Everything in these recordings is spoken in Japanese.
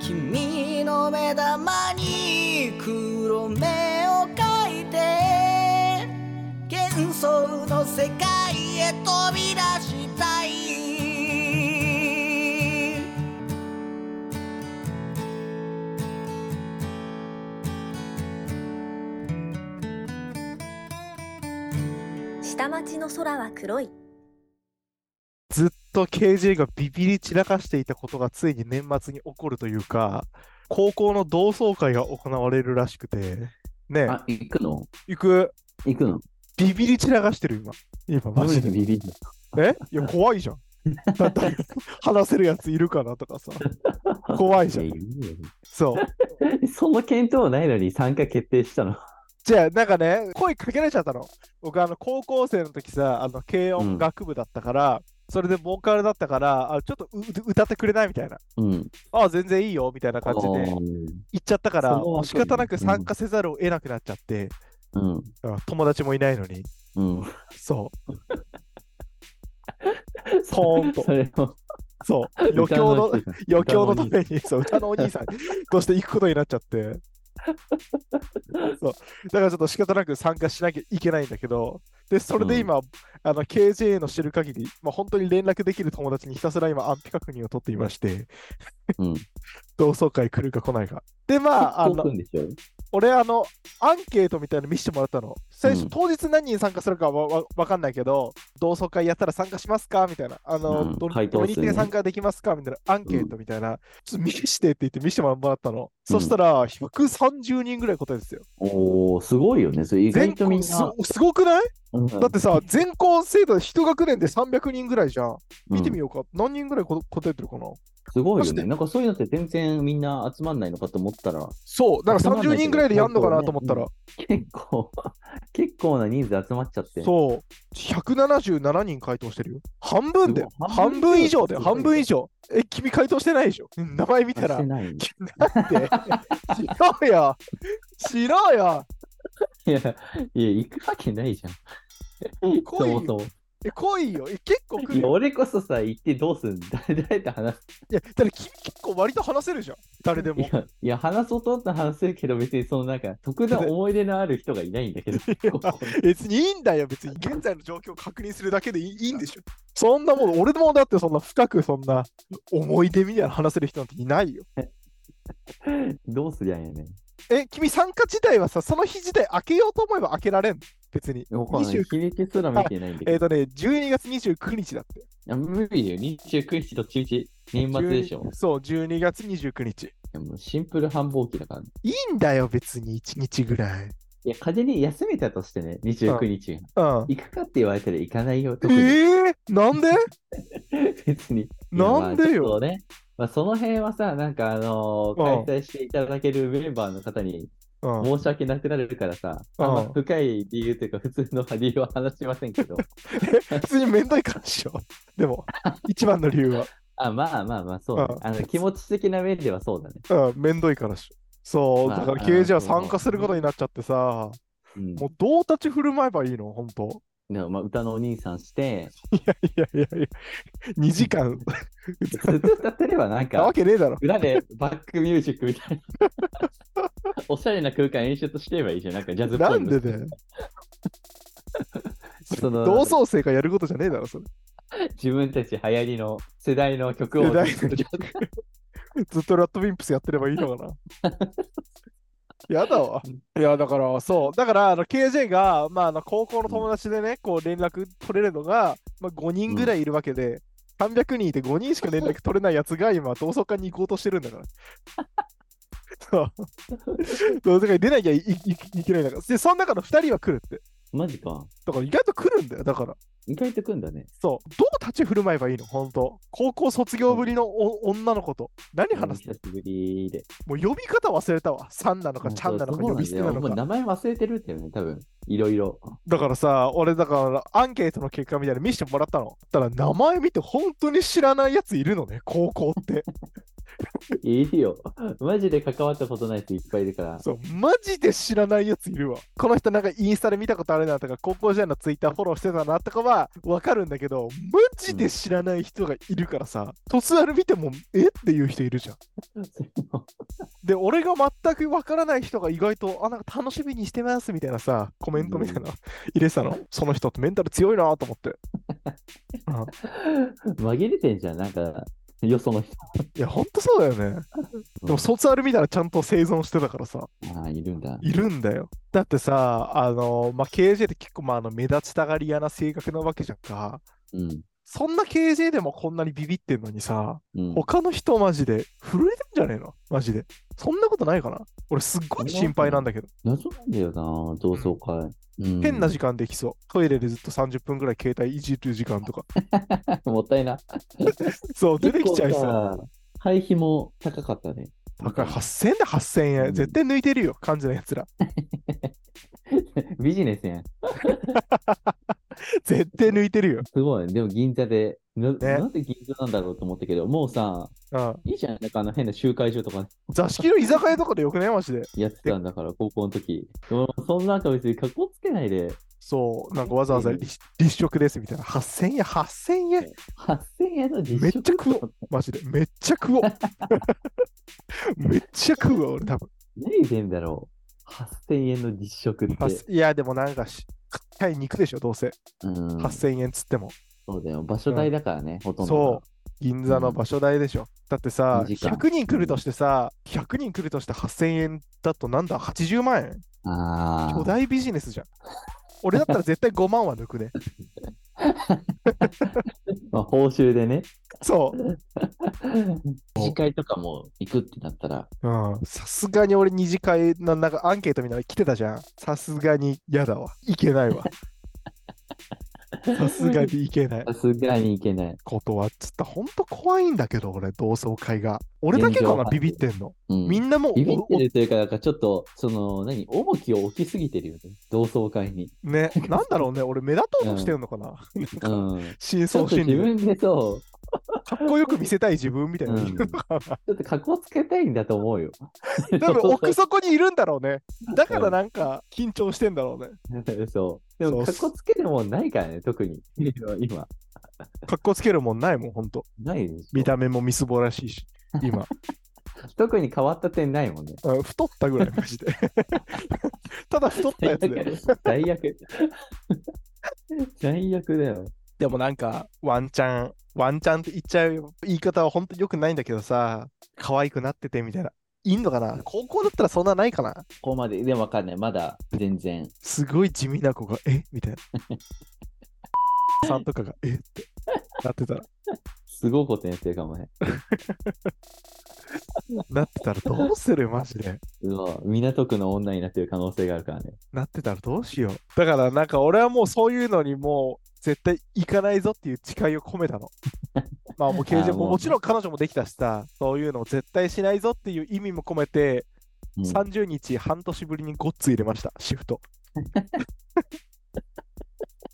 君の目玉に黒目を描いて幻想の世界へ飛び出したい下町の空は黒いずっと KJ がビビり散らかしていたことがついに年末に起こるというか、高校の同窓会が行われるらしくて、ねえあ、行くの行く、行くのビビり散らかしてる今。今、マジで。ビビるえいや、怖いじゃん。だって話せるやついるかなとかさ。怖いじゃん。そう。 その検討ないのに参加決定したの。じゃあ、なんかね、声かけられちゃったの。僕、あの、高校生の時さ、あの、軽音楽部だったから、それでボーカルだったから、あちょっとう歌ってくれないみたいな。うん。ああ、全然いいよみたいな感じであ行ーっちゃったから、そのもう仕方なくうん参加せざるを得なくなっちゃって、うん。うん友達もいないのに、うん。そう、ポそーンとそれもそう、余興の、歌人余興のために、そう、歌のお兄さんとして行くことになっちゃって、そう、だからちょっと仕方なく参加しなきゃいけないんだけど、で、それで今、あの、KJ の知る限り、まあ、本当に連絡できる友達にひたすら今、安否確認を取っていまして、うん。同窓会来るか来ないか。で、ま あ、ああのく、んでしょ俺あのアンケートみたいなの見せてもらったの最初、うん当日何人参加するかはわわかんないけど同窓会やったら参加しますかみたいなあの、うんどの回答どの日数ね程参加できますかみたいなアンケートみたいな、ちょっと見してって言って見せてもらったの、そしたら130人ぐらい答えですよおおすごいよね。それ意外とみんすな。すごくないうんだってさ全校生徒で一学年で300人ぐらいじゃん見てみうんようか、何人ぐらいこ答えてるかなすごいマジよでね。なんかそういうのって全然みんな集まんないのかと思ったら、そうだから30人ぐらいでやんのかなと思ったら、結構、 結構な人数集まっちゃって。そう、177人回答してるよ。半分だよす。ごい半分以上だよ。半半分分以以上。え、君回答してないでしょ。うん名前見たしらて。ない。いなんでしろよ。しろよ。や、いや、行くわけないじゃん。そ来いもそよ。も。え、来いよ。え、結構来いるや、よ。俺こそさ、行ってどうすん誰誰と話すいや、だから君結構割と話せるじゃん。誰でいも。や、いや話そうと思ったら話せるけど、別にそのなんか、特段思い出のある人がいないんだけど。別にいいんだよ。別に現在の状況を確認するだけでいいいいんでしょ。そんなもん、俺もだってそんな深くそんな思い出みたいな話せる人なんていないよ。どうすりゃいいのね。え、君参加自体はさ、その日自体開けようと思えば開けられん。別に。わかんない20日にちすら見てないんだえけーど。とね、12月29日だって。いや無理だよ。29日と中日、年末でしょ12。そう、12月29日。いやもうシンプル繁忙期だから、ね。いいんだよ、別に1日ぐらい。いや、風に休めたとしてね、29日が。うん。行くかって言われたら行かないよ、え特に。ー、なんで別に。なんでいやまあちょよっとねまあ、その辺はさ、なんかあのうんー開催していただけるメンバーの方にうん、申し訳なくなるからさ、うんあんま深い理由というか、普通の理由は話しませ んけど、普通にめんどいからっしょ。 でも、一番の理由は、あまあまあまあ、そう、ねうんあの気持ち的な面ではそうだね。うん、めんどいからっしょ。そう、まあだからあー KJ はそう参加することになっちゃってさ、うん、もうどう立ち振る舞えばいいの、本当。 でもまあ、歌のお兄さんして、いやいやいや、2時間、ずっと歌ってればなんなかわ、けねえだろ。裏でバックミュージックみたいな、 おしゃれな空間演出してればいいじゃん、なんかジャズっぽいなのんでだよ。その同窓生がやることじゃねえだろ、それ。自分たち流行りの世代の曲を世代の曲 ずっとラッドウィンプスやってればいいのかなやだわ。いや、だから、そう。だから、あの、KJ が、まあ、あの、高校の友達でね、こう、連絡取れるのが、まあ、5人ぐらいいるわけで、300人いて5人しか連絡取れないやつが、今、同窓会に行こうとしてるんだから。そう。同窓会出なきゃいいいいけないんだから。で、その中の2人は来るって。 マジか。だから、意外と来るんだよ、だから。意外とくんだね。そう。どう立ち振る舞えばいいの本当高校卒業ぶりのお女の子と。何話す久しぶりで。もう呼び方忘れたわ。さんなのか、もうちゃんなのそか、う呼び捨てなのそうなんだよもうか。名前忘れてるんだよね、多分。いろいろ。だからさ、俺、だからアンケートの結果みたいなの見せ てもらったの。だから名前見て本当に知らないやついるのね、高校って。いるよ。マジで関わったことない人いっぱいいるから。そう、マジで知らないやついるわ。この人なんかインスタで見たことあるなとか、高校時代のツイッターフォローしてたなとかはわかるんだけど、マジで知らない人がいるからさ、トスアル見ても、えっていう人いるじゃん。それもで、俺が全くわからない人が意外と、あ、なんか楽しみにしてますみたいなさ、コメントみたいな、入れてたの。その人ってメンタル強いなと思って。紛れてんじゃん、なんか、よその人。いや、ほんとそうだよね。でも、卒アル見たらちゃんと生存してたからさ。ああ、いるんだ。いるんだよ。だってさ、あの、まあ、KJ って結構、まあ、あの目立ちたがり屋な性格なわけじゃんか。うん。そんな KJ でもこんなにビビってんのにさ、うん、他の人マジで震えてんじゃねえのマジで。そんなことないかな俺すっごい心配なんだけど。謎なんだよな、同窓会。うん、変な時間できそう。トイレでずっと30分ぐらい携帯いじる時間 とか。 もったいな。そう、出てきちゃい結そう。構さ。会費も高かったね。高い。8000円で8000う円。ん絶対抜いてるよ、感じのやつら。ビジネスやん。絶対抜いてるよ。すごい。でも銀座で、な,、ねなんで銀座なんだろうと思ったけど、もうさ、うん。いいじゃん。なんかあの変な集会所とか座敷の居酒屋とかでよくねマジで。やってたんだから、高校の時。でもそんなんか別に格好つけないで、そう、なんかわざわざ立立食ですみたいな。8000円、8000円8000円のめ実っちゃ食食おう。マジで。めっちゃ食お う。めっちゃ食うわ、俺多分。何言ってんだろう。8000円の実食って。いや、でもなんかし、買いに行くでしょ、どうせ。うん、 8000円つっても。そうだよ。場所代だからね、ほとんどが。そう。銀座の場所代でしょ。だってさ、二時間100人来るとしてさ、100人来るとして8000円だとなんだ、80万円あ巨あ。大ビジネスじゃん。俺だったら絶対5万は抜く ね。まあ、報酬でね。そう。次会とかも行くってなったら、うんさすがに俺二次会のなんかアンケートみたいなの来てたじゃん。さすがに嫌だわ。いけないわ。さすがにいけない。さすがに行けない。ことはつった。ほんと怖いんだけど俺、同窓会が。俺だけか現状な、はビビってんの。うん、みんなもうビビってるというか、なんかちょっと、その、何、重きを置きすぎてるよね。同窓会に。おね、なんだろうね、俺目立とうとしてんのかな。うん。真ち相ょっと心自理。分でそう、かっこよく見せたい自分みたいな のいるのかちょっと格好つけたいんだと思うよ。な。多分奥底にいるんだろうね。だからなんか緊張してんだろうね。 そう。でそも、う格好つけるもんないからね、特に。今。かっこつけるもんないもん、ほんと。ないでしょ見た目もみすぼらしいし、今。特に変わった点ないもんね。あ太ったぐらいマ ジで。ただ太ったやつで。最悪。最悪だよ。でもなんか、ワンチャン、ワンチャンって言っちゃうよ。言い方は本当に良くないんだけどさ、可愛くなっててみたいな。いいのかな高校だったらそんなないかなここまで、でもわかんない。まだ全然。すごい地味な子が、えみたい な。さんとかが、えってなってたら、すごいことやってるかもね。なってたら どうするマジで。うわ、港区の女になってる可能性があるからね。なってたらどうしよう。だからなんか俺はもうそういうのにもう絶対行かないぞっていう誓いを込め たの。まあもう刑事あーももうもちろん彼女もできたしさ、そういうのを絶対しないぞっていう意味も込めて、うん30日半年ぶりにごっつ入れました、シフ ト。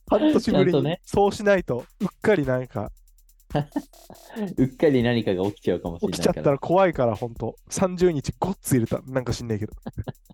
半年ぶりちゃんとにねそうしないと、うっかりなんかうっかり何かが起きちゃうかもしれ起きないかちゃら。ったら怖いから、ほんと。30日ごっつ入れた、なんかしん ねえけど。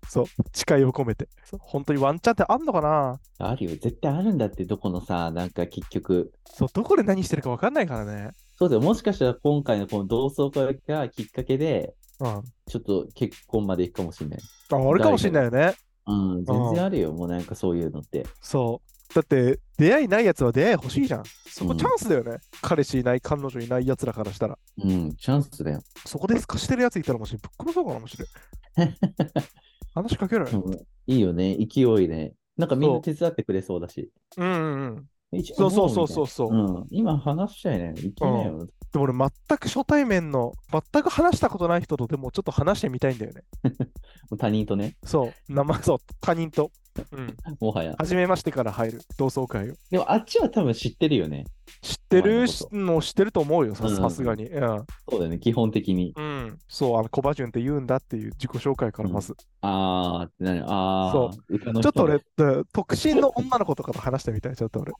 そう、誓いを込めて。そう本当にワンチャンってあんのかなあるよ。絶対あるんだって、どこのさ、なんか結局。そう、どこで何してるか分かんないからね。そうだよ。もしかしたら今回のこの同窓会がきっかけで、うん。あ、ちょっと結婚まで行くかもしれない。あれかもしんないよね。うん、全然あるよ。もうなんかそういうのって。そう。だって、出会いないやつは出会い欲しいじゃん。そこうんチャンスだよね。彼氏いない、彼女いないやつらからしたら。うん、チャンスだよ。そこで透かしてるやついたらもしぶっ殺そうかな、もしれん。 話しかけるうんいいよね。勢いね。なんかみんな手伝ってくれそうだし。うんうんうん。一そ応うそうそうそうそう。もうみたいなうん、今話したいね。いけないよ。でも俺、全く初対面の、全く話したことない人とでもちょっと話してみたいんだよね。他人とね、そう、生、そう、他人と。うん。もはや。初めましてから入る、同窓会を。でもあっちは多分知ってるよね。知ってお前のることの知ってると思うよ、さうんさすがに。うん。そうだよね、基本的に。うん、そう、あの、コバジュンって言うんだっていう自己紹介からまず。あーってなる。あー。。そう歌のちょ人っと 俺、特進の女の子とかと話してみたい、ちょっと俺。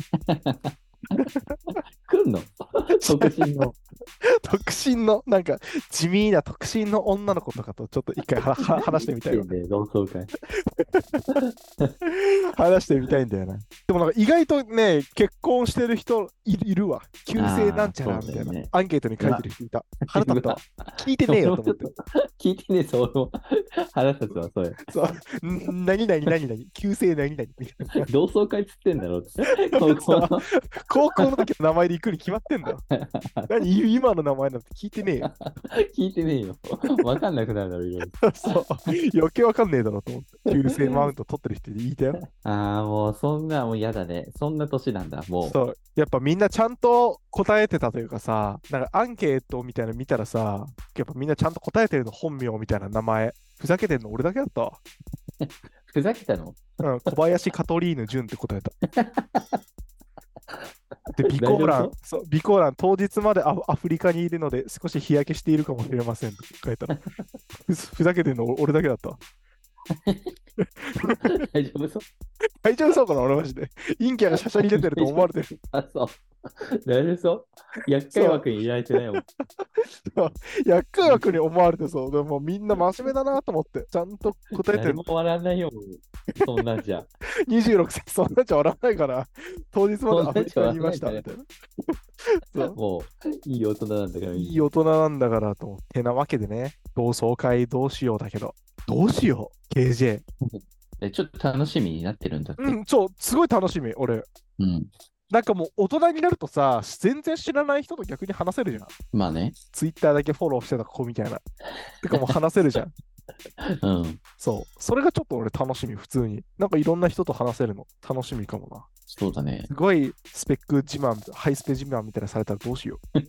来る んの促進の。特進の、なんか、地味な特進の女の子とかとちょっと一 回はは話してみたいわ。ね。同窓会。話してみたいんだよな。でもなんか意外とね、結婚してる人いいるわ。旧姓なんちゃらみたいあな、ーそうだよねアンケートに書いてる人い た。腹立ったわ。聞いてねえよと思って。 聞いてねえ、その腹立つわ、 それ。そう。ん何々何々、旧姓何々 みたいな。同窓会っつってんだ ろって。高校の高校の時の名前で行くに決まってんだよ。何今の名前なんて聞いてねえよ。聞いてねえよ。わかんなくなるだろ、いろいろ。そう。余計わかんねえだろと思って。旧姓マウント取ってる人いたよ。ああ、もうそんな、もう嫌だね。 そんな年なんだ、もう。そう。やっぱみんなちゃんと答えてたというかさ、なんかアンケートみたいなの見たらさ、やっぱみんなちゃんと答えてるの本名みたいな名前。ふざけてんの俺だけだったわ。ふざけたの うん、小林カトリーヌ純って答えた。で、備考大丈欄夫、そう、備考欄、当日までアアフリカにいるので、少し日焼けしているかもしれませんって書いたら、ふふざけてんの俺俺だけだったわ。大丈夫そう大丈夫そうかな、俺マジで。陰キャがしゃしゃに出てると思われてる。あ、そう。大丈夫そう厄介枠に入れられてないもん。薬科学に思われてそう。でももうみんな真面目だなと思って、ちゃんと答えて誰るも笑わないよ、もうそんなんじゃ。 26歳、そんなんじゃ笑わないから、当日までアフリカにいましたそんみなんたじいな。そうもう、いい大人なんだから、いい大人なんだからと思って。てなわけでね、同窓会どうしようだけど、どうしよう、KJ。えちょっと楽しみになってるんだって。うん、そう、すごい楽しみ、俺。うん。なんかもう大人になるとさ、全然知らない人と逆に話せるじゃん。まあね。 Twitter だけフォローしてた子みたいな。てかもう話せるじゃん。うん。そう。それがちょっと俺楽しみ、普通に。なんかいろんな人と話せるの、楽しみかもな。そうだね。すごいスペック自慢、ハイスペ自慢みたいなされたらどうしよう。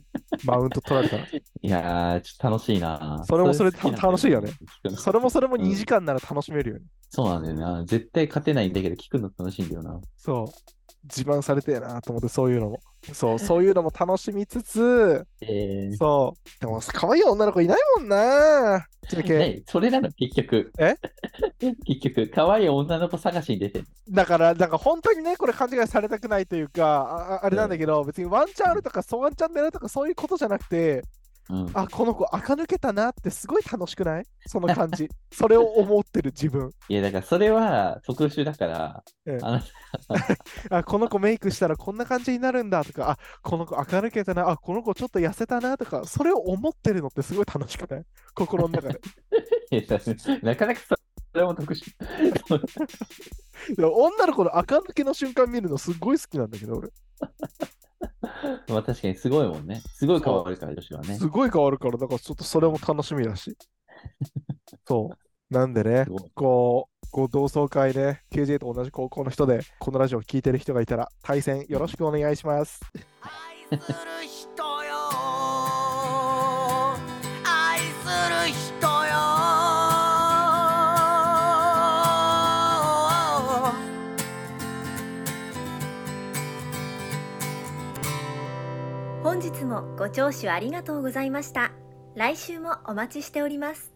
マウント取られたら。いやー、ちょっと楽しいな。それもそれ好きなんだ楽しいよね。聞くのそれもそれもうん2時間なら楽しめるよね。そうなんだよな。絶対勝てないんだけど、聞くの楽しいんだよな。そう。自慢されてえなと思って、そういうのも。そう、そういうのも楽しみつつ、えー、そう。でも、可愛い女の子いないもんな。じゃけねそれなの、結局。え 結局、可愛い女の子探しに出てる。だから、なんか本当にね、これ勘違いされたくないというか、ああれなんだけど、別にワンチャンあるとか、そうワンチャン狙うとか、そういうことじゃなくて、うん。あ、この子、垢抜けたなって、すごい楽しくないその感 じ。それを思ってる自分。いや、だからそれは特殊だから、ええあのあ、この子メイクしたらこんな感じになるんだとか、あ、この子垢抜けたな、あ、この子ちょっと痩せたなとか、それを思ってるのってすごい楽しくない心の中で。いやなかなかそれも特殊。いや女の子の垢抜けの瞬間見るのすごい好きなんだけど、俺。まあ確かにすごいもんね。すごい変わるから、女子はね。すごい変わるから、だからちょっとそれも楽しみだし。そう。なんでねす、ごいこう、こう同窓会で、KJ と同じ高校の人で、このラジオを聞いてる人がいたら、対戦よろしくお願いします。愛する人よ愛する人よ本日もご聴取ありがとうございました来週もお待ちしております